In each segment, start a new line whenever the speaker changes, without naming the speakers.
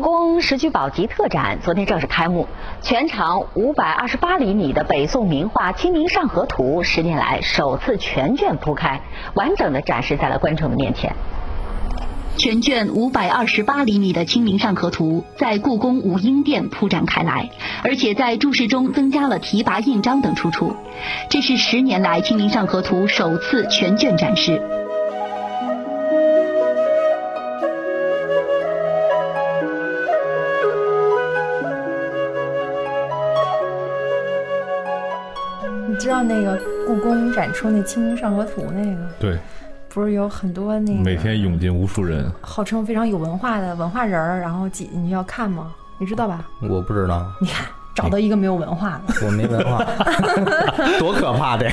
东石渠宝笈特展昨天正式开幕，全长五百二十八厘米的北宋名画《清明上河图》十年来首次全卷铺开，完整的展示在了观众的面前。
全卷五百二十八厘米的《清明上河图》在故宫武英殿铺展开来，而且在注释中增加了题跋、印章等出处。这是十年来《清明上河图》首次全卷展示。
你知道那个故宫展出那《清明上河图》那个，
对，
不是有很多那个
每天涌进无数人。
号称非常有文化的文化人儿，然后挤进去要看吗？你知道吧？
我不知
嗯
道，
你看，找到一个没有文化的，
我没 文化，多可怕这！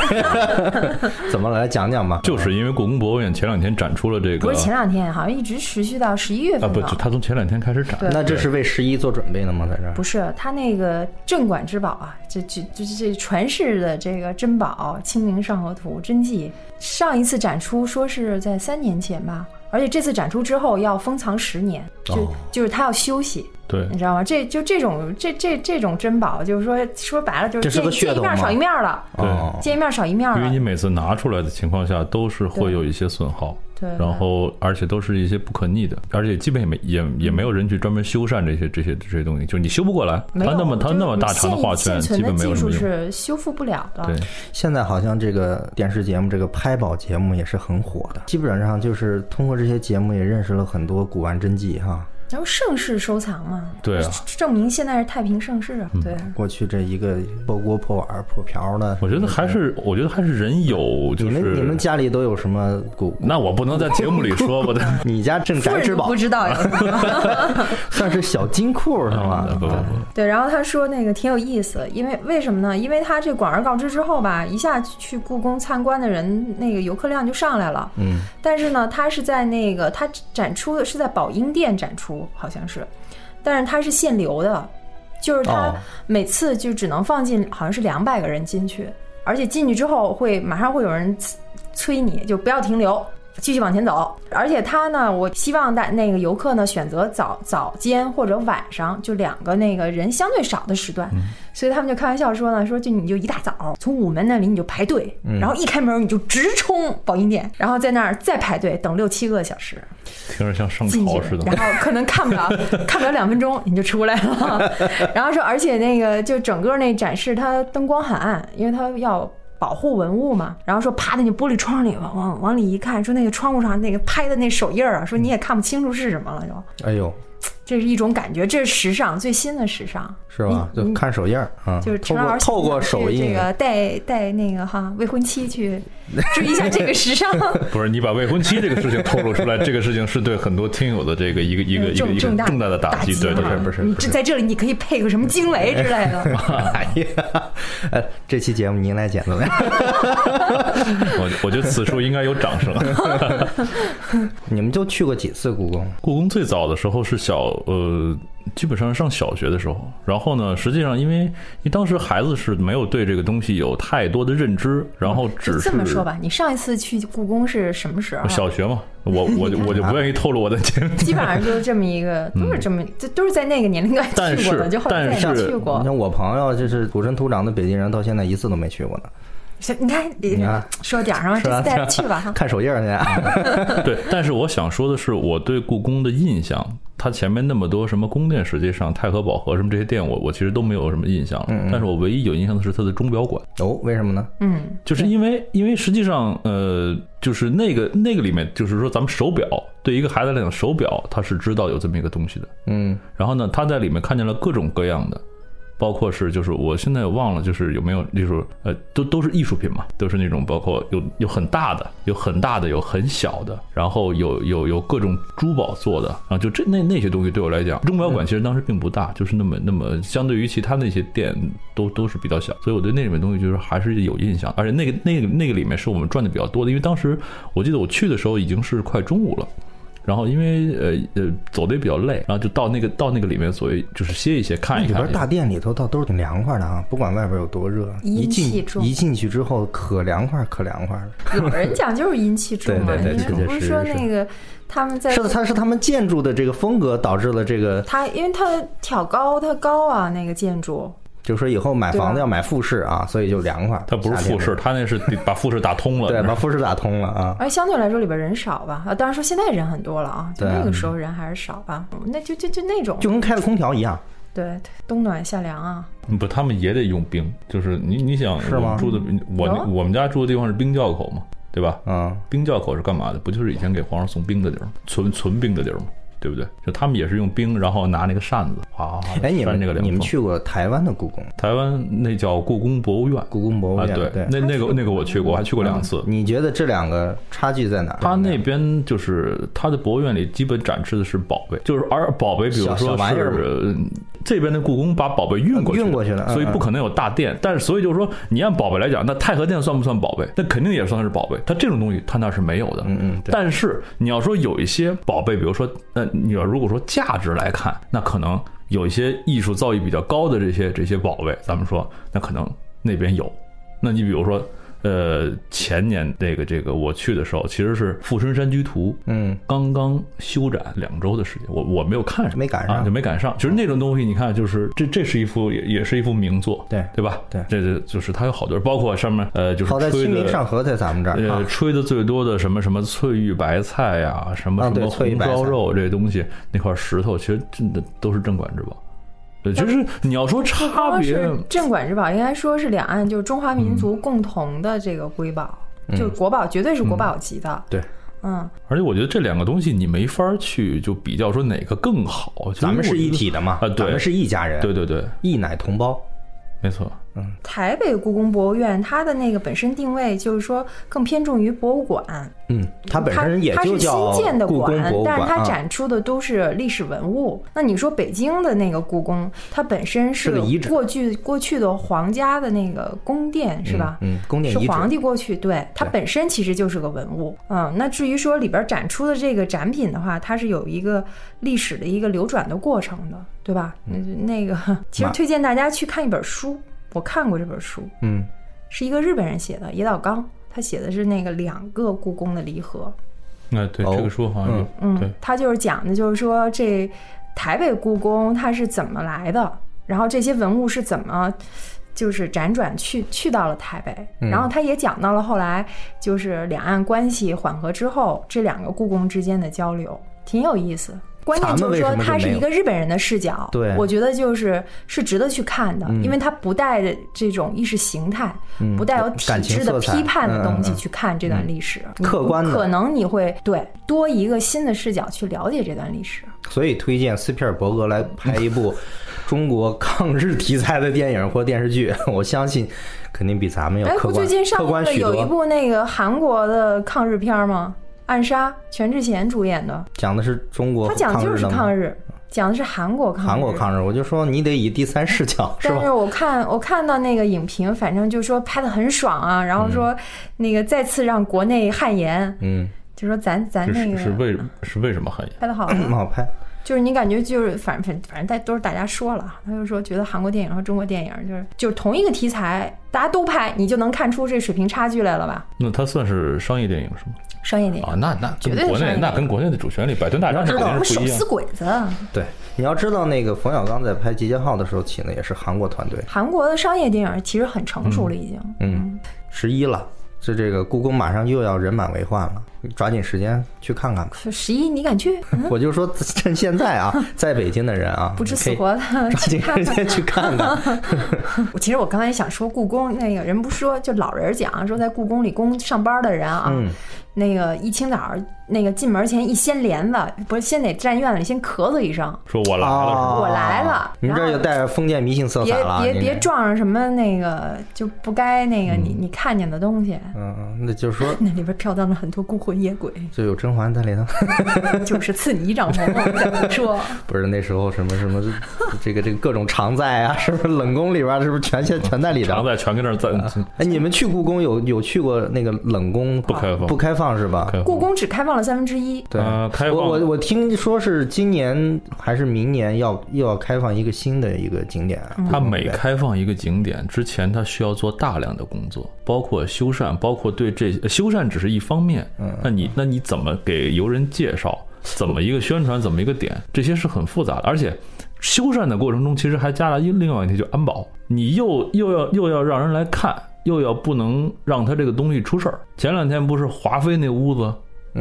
怎么来讲讲吧？
就是因为故宫博物院前两天展出了这
不
个
是前两天，好像一直持续到十一月
啊，
份
不，
吧？
就他从前两天开始展
对。
那这是为十一做准备呢吗？在这儿
不是，它那个镇馆之宝啊，这这这这传世的这个珍宝《清明上河图》真迹，上一次展出说是在三年前吧，而且这次展出之后要封藏十年，就、
哦
就是它要休息。
对
你知道吗？这就这种这这这种珍宝，就是说说白了就
这是
见
个
见
噱
一
头
面
吗
少一面了，
对
哦，
见一面少一面
因为你
了。
每次拿出来的情况下都是会有一些损耗，
对对
然后而且都是一些不可逆的，而且基本也没也也没有人去专门修缮这些这些这些东西，就是你修不过来，
没
它
有
那么
就
它
是
那么大长的
现
画圈，
现
基本
存
没有
的技
什
术
么用。
是修复不了的。
对，
现在好像这个电视节目这个拍宝节目也是很火的，基本上就是通过这些节目也认识了很多古玩真迹哈。
然后盛世收藏嘛，
对啊嗯
证明现在是太平盛世啊。对，
过去这一个破锅破碗儿破瓢儿的，
我觉得还是我觉得还是人有，
你
就
们你们
是
家里都有什么古？
那我不能在节目里 说我的，
你家镇
夫
宅
人
之
都
宝
不知道呀。
算是小金库是
啊
吗？
嗯
不不不，
对，然后他说那个挺有意思，因为为什么呢？因为他这广而告之之后吧，一下去故宫参观的人那个游客量就上来了。
嗯，
但是呢，他是在那个他展出的是在宝英殿展出，好像是，但是他是限流的，就是他
哦
每次就只能放进好像是两百个人进去，而且进去之后会马上会有人催催你就不要停留。继续往前走，而且他呢，我希望大那个游客呢选择早早间或者晚上，就两个那个人相对少的时段，所以他们就开玩笑说呢，说就你就一大早从午门那里你就排队，
嗯
然后一开门你就直冲宝英殿，然后在那儿再排队等六七个小时
听着像上
进去
朝似，的。
然后可能看 不了看不了两分钟你就出来了， 然后说而且那个就整个那展示它灯光很暗，因为它要。保护文物嘛，然后说趴在那玻璃窗里往往往里一看，说那个窗户上那个拍的那手印儿啊，说你也看不清楚是什么了，就
哎呦，
这是一种感觉，这是时尚最新的时尚。嗯
是吧？就看手印儿啊，
就是
透
陈老
过
师
透过
想
手
去
印
这，
啊
个带带那个哈未婚妻 去追一下这个时尚，
不是你把未婚妻这个事情透露出来，这个事情是对很多听友的这个一个 一个一个
嗯重
一个
大
重大的打击，对，
哈
对对
不是
你
不
这
是
在这里你可以配个什么惊雷之类的，
哎呀， 哎，这期节目您来剪的呗？
我我觉得此处应该有掌声。
你们就去过几次故宫？
故宫最早的时候是小呃，基本上上小学的时候。然后呢，实际上因为因为当时孩子是没有对这个东西有太多的认知，然后 只
就是这么说吧。你上一次去故宫是什么时候？啊
小学嘛，我我就我就不愿意透露我的 节目。
基本上就是这么一个，都是这么，这都是在那个年龄段
嗯但
去过的，
是
就后来再也
但
没
是
去
你
过。
像我朋友就是土生土长的北京人，到现在一次都没 去过呢。
行你看，
你看
说点儿上了，
是
这
啊吧
次带着去吧哈。
看手印儿去，
对，但是我想说的是，我对故宫的印象，它前面那么多什么宫殿，实际上太和宝和什么这些店，我我其实都没有什么印象了。但是我唯一有印象的是它的钟表馆。
哦，为什么呢？
嗯，
就是因为因为实际上，呃，就是那个那个里面，就是说咱们手表对一个孩子来讲，手表他是知道有这么一个东西的。
嗯，
然后呢，他在里面看见了各种各样的，包括是就是我现在忘了，就是有没有就是呃，都都是艺术品嘛，都是那种包括有有很大的，有很大的，有很小的，然后有有有各种珠宝做的，然后就这那那些东西对我来讲，钟表馆其实当时并不大，就是那么那么相对于其他那些店都都是比较小，所以我对那里面东西就是还是有印象，而且那个那个那个里面是我们赚的比较多的，因为当时我记得我去的时候已经是快中午了。然后因为呃呃走的也比较累，然后就到那个到那个里面，所谓就是歇一歇，看
那
哎一
里
看。
边大殿里头倒都是挺凉快的啊，不管外边有多热，一
阴气
进
重
一进去之后可凉快可凉快了。
有人讲就是阴气重嘛，
对对对
因为不
确
是
实
说
是
那个他们在
是的，它是他们建筑的这个风格导致了这个，
他，因为他挑高，他高啊，那个建筑。
就是说以后买
对
房子
吧
要买复式啊，所以就凉快。
它不是
夏天
复式，它那是把复式打通了。
对，
是吧
把复式打通了啊。
而相对来说里边人少吧，啊，当然说现在人很多了啊，就
对啊
那个时候人还是少吧，嗯那就就就那种，
就跟开了空调一样，
对，冬暖夏凉啊，
不，他们也得用冰，就是你你想
是
我
吗
们住的我
有啊
我们家住的地方是冰窖口嘛，对吧？
嗯，
冰窖口是干嘛的？不就是以前给皇上送冰的地儿吗？存存冰的地儿吗？对不对？就他们也是用冰，然后拿那个扇子，哗哗哗地
哎，你
扇啊这个
们
凉
你们
风。
去过台湾的故宫？
台湾那叫故宫博物院，
故宫博物
啊，
院、
对，
对，
那那个那个我去过，我还去过两次。
你觉得这两个差距在哪儿？嗯
他那边就是他的博物院里基本展示的是宝贝，就是而宝贝，比如
小小
说
玩意
是
儿
呃这边的故宫把宝贝运过去，
运过去了嗯
所以不可能有大殿。但是所以就是说，你按宝贝来讲，那太和殿算不算宝贝？那肯定也算是宝贝。它这种东西它那是没有的。
嗯嗯对
但是你要说有一些宝贝，比如说，呃，你要如果说价值来看，那可能有一些艺术造诣比较高的这些这些宝贝，咱们说那可能那边有。那你比如说，呃，前年那个这个我去的时候，其实是富春山居图，
嗯，
刚刚休展两周的时间，我我没有看上，
没赶上
啊就没赶上。其实那种东西，你看，就是这这是一幅也也是一幅名作，
对
对吧？
对
这这就是它有好多，包括上面呃就是
好在
吹
清明
的
上河在咱们这儿
呃，
啊，
吹的最多的什么什么翠玉白菜呀、什么
啊
什
对
么
翠玉
红
白菜
烧肉这东西，那块石头其实真的都是镇馆之宝。对，就是你要说
不
差
光
别，
是镇馆之宝，应该说是两岸就是中华民
嗯
族共同的这个瑰宝，就是国宝，绝对是国宝级的。
对，
嗯，
而且我觉得这两个东西你没法去就比较说哪个更好。其实
咱们是
我觉得
一体的嘛，
啊，
咱
对
们，是一家人，
对，对对，
一奶同胞。
没错。
台北故宫博物院它的那个本身定位就是说更偏重于博物馆，
嗯，它本身也
它
就
它是
叫
新建的
故宫博物
但是
馆
它
啊，
展出的都是历史文物。那你说北京的那个故宫，它本身
是个遗址
过去过去的皇家的那个宫殿是吧？
嗯，宫殿
是
遗址
皇帝过去，对它本身其实就是个文物，嗯，那至于说里边展出的这个展品的话，它是有一个历史的一个流转的过程的，对吧？那
嗯
那 个其实推荐大家去看一本书，我看过这本书，
嗯，
是一个日本人写的，野岛刚，他写的是那个两个故宫的离合，
那对
哦
这个说好像有，对
嗯，他就是讲的，就是说这台北故宫它是怎么来的，然后这些文物是怎么。就是辗转去去到了台北，
嗯
然后他也讲到了后来就是两岸关系缓和之后，这两个故宫之间的交流挺有意思。关键就是说
咱们为什么就
它是
没有
一个日本人的视角，
对嗯
我觉得就是是值得去看的，因为它不带这种意识形态，不带有体
感情
制的
色彩
批判的东西
嗯嗯嗯
去看这段历史，你
客观的
可能你会对多一个新的视角去了解这段历史。
所以推荐斯皮尔伯格来拍一 部中国抗日题材的电影或电视剧， 我相信肯定比咱们要
哎，
客
不，最
观
近上
客
映
观
的
许
有一
多。
部那个韩国的抗日片吗？暗杀，全智贤主演的，
讲的是中国
他讲的就是
哦的吗
抗日，讲的是韩国抗日。
韩国抗日，我就说你得以第三视角是
但
吧
是？嗯我看我看到那个影评，反正就说拍的很爽啊，然后说那个再次让国内汗颜，
嗯，
就说咱咱
这
嗯那
是
个
是为是为什么汗颜？
拍的好，啊
很好拍。
就是你感觉就是反反反正大都是大家说了，啊他就说觉得韩国电影和中国电影就是就是同一个题材，大家都拍，你就能看出这水平差距来了吧？
那它算是商业电影是吗？
商业电影，
啊，那那
绝
跟
对是
国
商业
内那跟国内的主旋律《百团大战》
知
啊肯
我
道
们
定是
手
不一样
撕。鬼子，
对，你要知道那个冯小刚在拍《集结号》的时候请的也是韩国团队，
韩国的商业电影其实很成熟了，已经。
嗯，十一了，这这个故宫马上又要人满为患了，抓紧时间去看看吧。
就十一，你敢 去？
我就说趁现 在啊，在北京的人啊，
不知
你可
死
以
活的
抓
去
紧
看
时
看。
间去看看。
我其实我刚才想说故宫那个人不说，就老人讲说在故宫里工上班的人啊，
嗯
嗯
那个一清早那个进门前一掀帘子，不是先得站院里先咳嗽一声，
说我来了是吧？
啊
我来了
你们这
然后
又带着封建迷信色彩
别
了啊。
别
你
别
这
撞上什么那个就不该那个你、你看见的东西，
嗯，那就是说
那里边飘荡着很多骨灰魂野鬼，
就有甄嬛在里头。
就是赐你一 掌红我再不说。
嗯
不是那时候什么什么， 这个这个各种常在啊， 是不是冷宫里边儿是不是全现全在里头
常？在全跟那儿在
啊
哎，你们去故宫有有去过那个冷宫
不开放
不开放是吧？
开
故宫只开放了三分之一，
对，
呃开放
我我我听说是今年还是明年要又要开放一个新的一个景点
嗯
啊，
它每开放一个景点之前，它需要做大量的工作，包括修缮，包括对这呃修缮只是一方面。嗯，那你那你怎么给游人介绍？怎么一个宣传？怎么一个点？这些是很复杂的，而且修缮的过程中，其实还加了一另外一题，就安保，你又又要又要让人来看，又要不能让他这个东西出事儿。前两天不是华妃那屋子。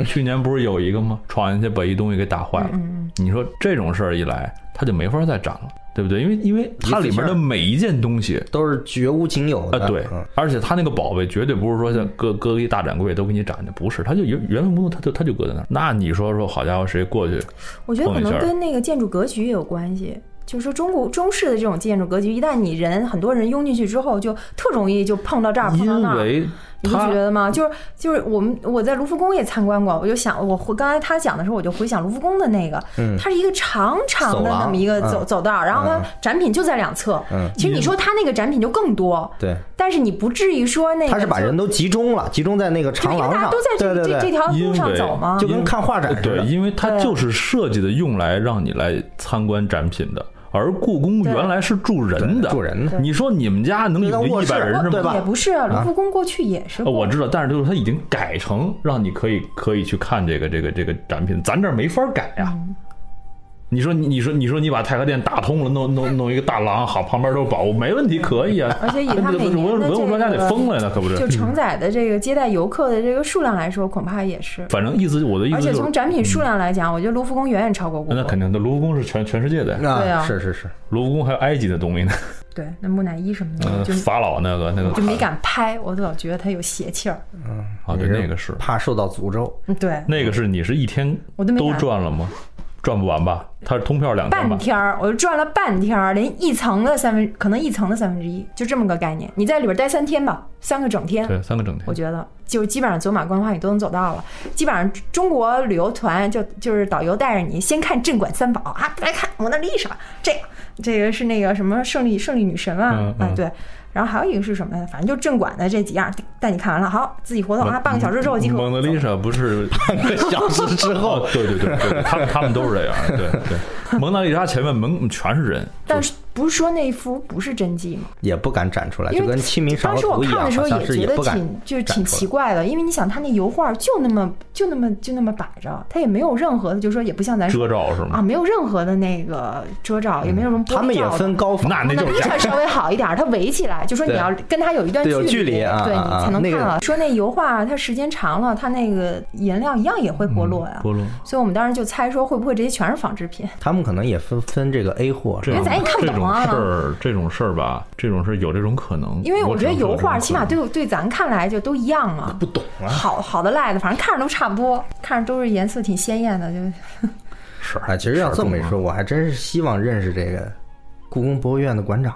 去年不是有一个吗？闯进去把一东西给打坏了。你说这种事儿一来，它就没法再展了，对不对？因为因为它里面的每一件东西
都是绝无仅有
啊
的。，
对
嗯，
而且它那个宝贝绝对不是说像搁搁一大展柜都给你展的，不是，它就原原封不动，它就它就搁在那儿。那你说说，好家伙，谁过去？
我觉得可
碰一
能
下儿
跟那个建筑格局也有关系。就是说，中国中式的这种建筑格局，一旦你人很多人拥进去之后，就特容易就碰到这儿，碰到
因
那儿。
为
你不
它
觉得吗？就是就是我们我在卢浮宫也参观过，我就想我回刚才他讲的时候，我就回想卢浮宫的那个，
嗯
它是一个长长
走
的
廊
那么一个走
嗯
走道儿，然后它
嗯
展品就在两侧。
嗯
其实你说它那个展品就更多，
对，
但是你不至于说那个
他是把
就
人都集中了，集中在那个
对
长
因为
廊
大家
上
都在，这
对对
这这
对，
条
因
路上
为
走嘛，
就跟看画展似
对，
的。
因为它
对啊
就是设计的用来让你来参观展品的。而故宫
对
原来是住人的，
住人的，
你说你们家能
那
有
当卧
一
室
百人是吗？
对吧
也不是啊卢浮宫过去也是
呃
过
我知道，但是就是它已经改成让你可以可以去看这个这个这个展品，咱这儿没法改呀、
嗯
你说你你说你说你把太和殿打通了，弄弄弄一个大廊，好，旁边都是宝物，没问题，可以啊。
而 且以他
那
每
文
年的
文物专家
这
得
个
疯了呢，可不。
就是
嗯
承载的这个接待游客的这个数量来说，恐怕也是。
反正意思我的意
而
思
且
就是
从，展品数量来讲，我觉得卢浮宫远远超过故宫。
那肯定的，卢浮宫是全全世界的呀，
对啊
是是是，
卢浮宫还有埃及的东西呢，
对，那木乃伊什么的
呃
嗯就
法老那个那个
就没敢拍，我老觉得它有邪气儿。
啊，对，
也
那个是
怕受到诅咒。
嗯对，
那个是你是一天
我都没敢
转了吗？转不完吧？它是通票两天吧
半？天儿，我就转了半天儿，连一层的三分，可能一层的三分之一，就这么个概念。你在里边待三天吧，三个整天。
对，三个整天
我。觉得就是基本上走马观花你都能走到了。基本上中国旅游团就就是导游带着你先看镇馆三宝啊，来看蒙娜丽莎，这个这个是那个什么胜利胜利女神啊、
嗯嗯
啊对。然后还有一个是什么来着？反正就镇馆的这几样，带你看完了，好，自己活动啊，半个小时之后即可。
蒙蒙娜丽莎不是半个小时之 后？啊对对对对，他们他们都是这样。对 对，蒙娜丽莎前面门全是人，
但是不是说那幅不是真迹吗？
也不敢展出来，
因
就
为
跟清明上
当时
河
我
图一
看
样，
的时
好
候
像
也
是也
觉得
不敢
挺就是
展
挺
出来
奇怪的，因为你想他那油画就那么就那么就那么摆着，他也没有任何的，就是说也不像咱说
遮罩是
啊，
吗？
没有任何的那个遮罩，也没有什么玻璃
嗯他们也
罩的
分。高仿，
那那
那
就是
丽
假
莎稍微好一点，它围起来，就说你
对
要跟它有一段
对有距离
离
啊
对
啊啊
你才能
那
看
个
了。说那油画它时间长了，它那个颜料一样也会剥
嗯
落呀。
菠萝，
所以我们当时就猜说，会不会这些全是仿制品？
他们可能也分分这个 A 货，
这
因为
种
咱也看不
这
懂
种
啊
事儿，这种事儿吧，这种事儿有这种可能。
因为我觉得
只能说
油
有这种
画起码
可能
对我对咱看来就都一样嘛，
不懂啊。
好好的赖的，反正看着都差不多，看着都是颜色挺鲜艳的，就是
是
哎，其实要这么一说，我还真是希望认识这个故宫博物院的馆长，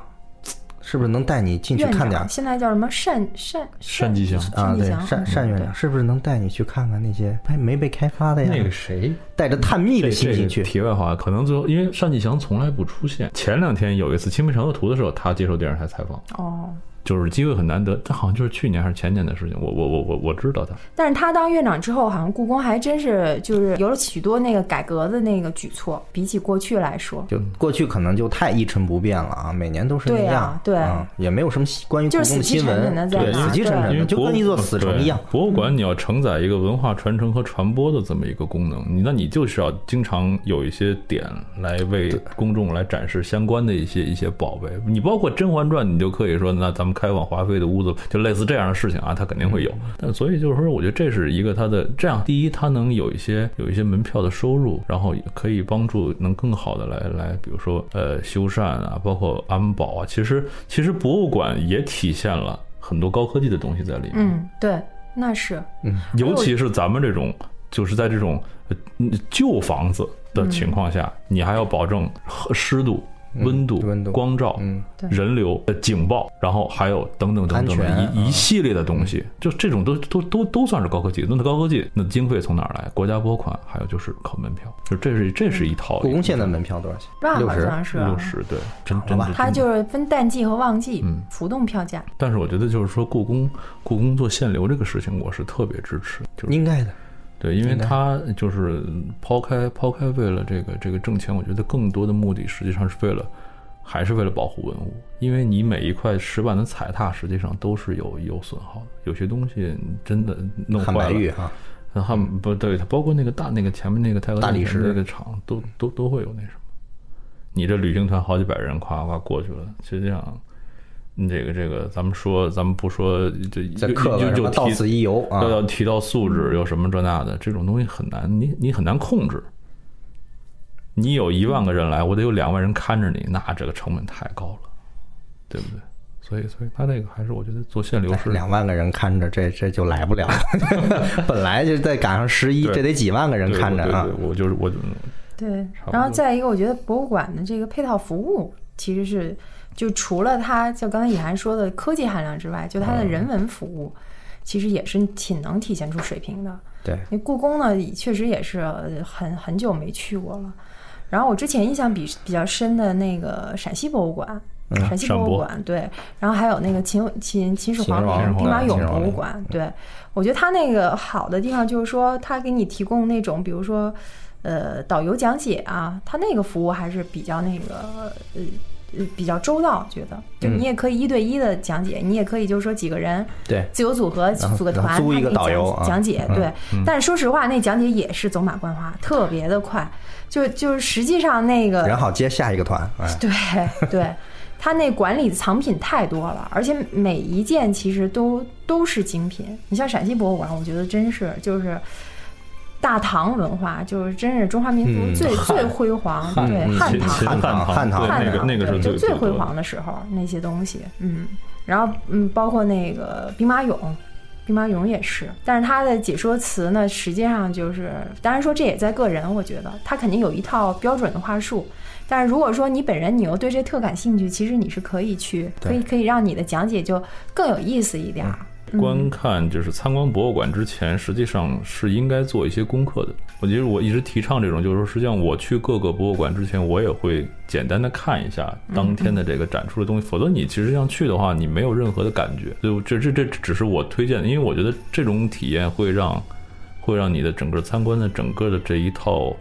是不是能带你进去
院
看点
长
儿
现在叫什么单单
单霁翔
啊？
单霁
对，
翔
单单院长是不是能带你去看看那些还没被开发的呀？
那个谁，
带着探秘的心
这
情
个
去，
题外话，可能最后因为单霁翔从来不出现。前两天有一次《清明上河图》的时候，他接受电视台采访，
哦。
就是机会很难得。他好像就是去年还是前年的事情，我我我我我知道他。
但是他当院长之后，好像故宫还真是就是有了许多那个改革的那个举措，比起过去来说，
就过去可能就太一成不变了啊，每年都是那
对啊
样，
对
嗯也没有什么新关于故
就是
宫的
死气
新
沉沉
闻
地，在
对，
那儿
死气沉
对
沉的，就跟一座
博物
死城一样
对。博物馆你要承载一个文化传承和传播的这么一个功能，你那你就是要经常有一些点来为公众来展示相关的一些一些宝贝。你包括《甄嬛传》，你就可以说，那咱们开往华妃的屋子，就类似这样的事情啊，它肯定会有。但所以就是说，我觉得这是一个它的这样，第一，它能有一些有一些门票的收入，然后也可以帮助能更好的来来，比如说呃修缮啊，包括安保啊。其实其实博物馆也体现了。很多高科技的东西在里面，
嗯，对，那是
尤其是咱们这种，就是在这种呃嗯旧房子的情况下，你还要保证和湿度、温度、
温度
光照、
嗯
对
人流、呃警报，然后还有等等等等
安
的
全
一一
啊
系列的东西，就这种都都都都算是高科技。那高科技，那经费从哪儿来？国家拨款，还有就是靠门票，就这是这是一套
故宫现在门票多少钱？
那
六
好
十。
像是啊
六十对，真
好
真
吧
的
它
真
就
的
是分淡季和旺季
嗯，
浮动票价。
但是我觉得就是说，故宫故宫做限流这个事情，我是特别支持。就是
应该的，
对，因为
应该
它就是抛开抛开为了这个这个挣钱，我觉得更多的目的实际上是为了还是为了保护文物，因为你每一块石板的踩踏实际上都是有有损耗的，有些东西真的弄
汉
坏
白玉啊
了。
哈，
汉不对，它包括那个大那个前面那个太和
大
殿
理
前面
石嗯
那个厂，都都都会有那什么。你这旅行团好几百人，夸夸过去了，实际上，你这个这个，咱们说，咱们不说这
再
就
刻
就
个什
就
么
提
到此一游啊嗯
要，要提到素质，有什么这那的这种东西很难，你你很难控制。你有一万个人来，我得有两万人看着你，那这个成本太高了，对不对？所以，所以他这个还是我觉得做限流
哎
是
两万个人看着，这这就来 不了。本来就再赶上十一，
对
这得几万个人
对
看着
对
啊
对。对我就是我就
对
差不，
然后
多
再一个，我觉得博物馆的这个配套服务其实是，就除了它就刚才以涵说的科技含量之外，就它
嗯
的人文服务，其实也是挺能体现出水平的。
对，
因为故宫呢，确实也是呃很很久没去过了。然后我之前印象比比较深的那个陕西博物馆，
嗯
陕西
陕
博物
博
馆对，然后还有那个秦秦秦始
秦
皇
始皇
陵、兵马
对秦
俑
始
博
皇
物
陵
馆，对我觉得它那个好的地方就是说，它给你提供那种比如说呃导游讲解啊，它那个服务还是比较那个呃呃比较周到，觉得就
嗯
你也可以一对一的讲解，你也可以就是说几个人
对
自由组合
然后
组个
然后
团，
租
他
一个
给你
导游
讲
啊
讲解，
嗯
对。但是说实话，那讲解也是走马观花，特别的快，就就是实际上那个
然后接下一个团，哎，
对对， 他那管理的藏品太多了，而且每一件其实都都是精品。你像陕西博物馆，我觉得真是就是。大唐文化就是真是中华民
嗯
族最、
汉
最辉煌，
汉
对
嗯
汉
秦
唐
秦
哎汉唐
唐对
汉唐
看
那
着
个那个是
对就
最
辉
多的
煌的时候那些东西，嗯，然后嗯，包括那个兵马俑。兵马俑也是，但是他的解说词呢，实际上就是，当然说这也在个人，我觉得他肯定有一套标准的话术。但是如果说你本人你又对这特感兴趣，其实你是可以去，
对
可以可以让你的讲解就更有意思一
嗯
点儿。
嗯
观看就是参观博物馆之前，实际上是应该做一些功课的。我觉得我一直提倡这种，就是说，实际上我去各个博物馆之前，我也会简单的看一下
嗯
当天的这个展出的东西，否则你其实上去的话，你没有任何的感觉。就这这这只是我推荐的，因为我觉得这种体验会让会让你的整个参观的整个的这一套，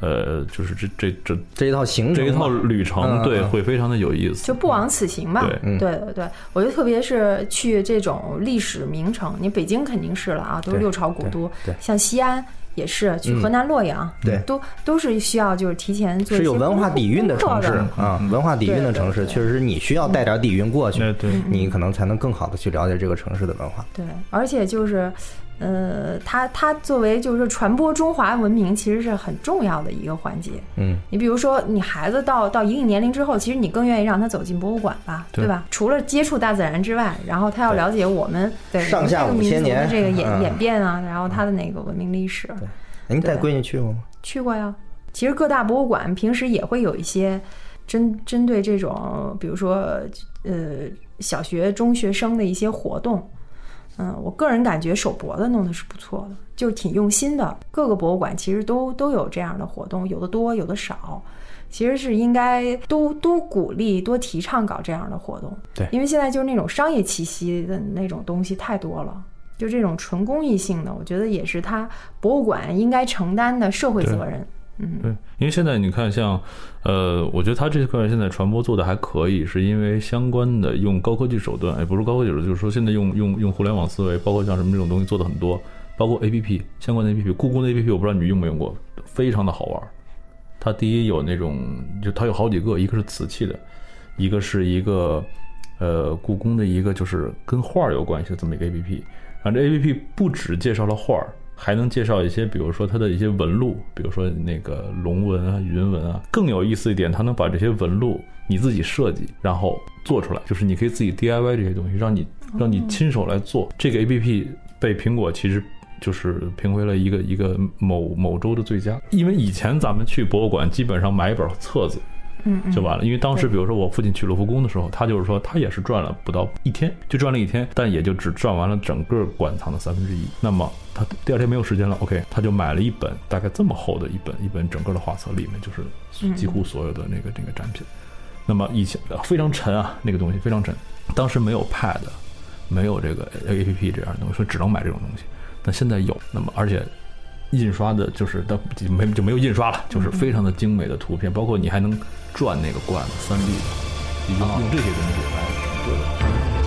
呃，就是这这这
这一套行程
这
嘛，
一套旅程，
嗯
对，
嗯
会非常的有意思。
就不枉此行吧。
对
嗯
对对对我觉得特别是去这种历史名城，你北京肯定是了啊，都是
对
六朝古都
对对，嗯
像西安也是，去河南洛阳，
对
都都是需要就是提前做一
是
些
有文化
功课
底蕴的城市
功课
啊，文化底蕴的城
对对
市，
对
确实你需要带点底蕴过去
那，对
你可能才能更好的去了解这个城市的文化。
对，而且就是，呃，它它作为就是说传播中华文明，其实是很重要的一个环节。
嗯，
你比如说，你孩子到到一定年龄之后，其实你更愿意让他走进博物馆吧，
对
对吧？除了接触大自然之外，然后他要了解我们对
上下
我们这个
5000
民族的
年
这个演、
嗯
演变啊，然后他的那个文明历史，
哎你带闺女去过吗？
去过呀。其实各大博物馆平时也会有一些针针对这种，比如说呃小学、中学生的一些活动。嗯，我个人感觉手博的弄的是不错的，就是挺用心的。各个博物馆其实都都有这样的活动，有的多，有的少。其实是应该多多鼓励、多提倡搞这样的活动。
对
因为现在就是那种商业气息的那种东西太多了。就这种纯公益性的，我觉得也是它博物馆应该承担的社会责任。
对，因为现在你看像，呃，我觉得他这块现在传播做的还可以，是因为相关的用高科技手段，哎，不是高科技手段，就是说现在用用用互联网思维，包括像什么这种东西做的很多，包括 A P P 相关的 A P P，故宫的 A P P 我不知道你们用没用过，非常的好玩儿。它第一有那种，就它有好几个，一个是瓷器的，一个是一个呃故宫的一个就是跟画儿有关系的这么一个 A P P。然后这 A P P 不只介绍了画儿，还能介绍一些，比如说它的一些纹路，比如说那个龙纹啊、云纹啊。更有意思一点，它能把这些纹路你自己设计，然后做出来，就是你可以自己 D I Y 这些东西，让你让你亲手来做。这个 A P P 被苹果其实。就是评为了一个一个某某州的最佳，因为以前咱们去博物馆基本上买一本册子，
嗯嗯
就完了。因为当时比如说我父亲去卢浮宫的时候，他就是说他也是赚了不到一天，就赚了一天，但也就只赚完了整个馆藏的三分之一。那么他第二天没有时间了，OK，他就买了一本大概这么厚的一本，一本整个的画册里面就是几乎所有的那个那个展品。那么以前非常沉啊，那个东西非常沉。当时没有 Pad，没有这个呃 A P P 这样的东西，所以只能买这种东西。但现在有，那么而且印刷的就是但就没就没有印刷了，就是非常的精美的图片，包括你还能转那个罐子，三 D 的，用用这些东西来整个的。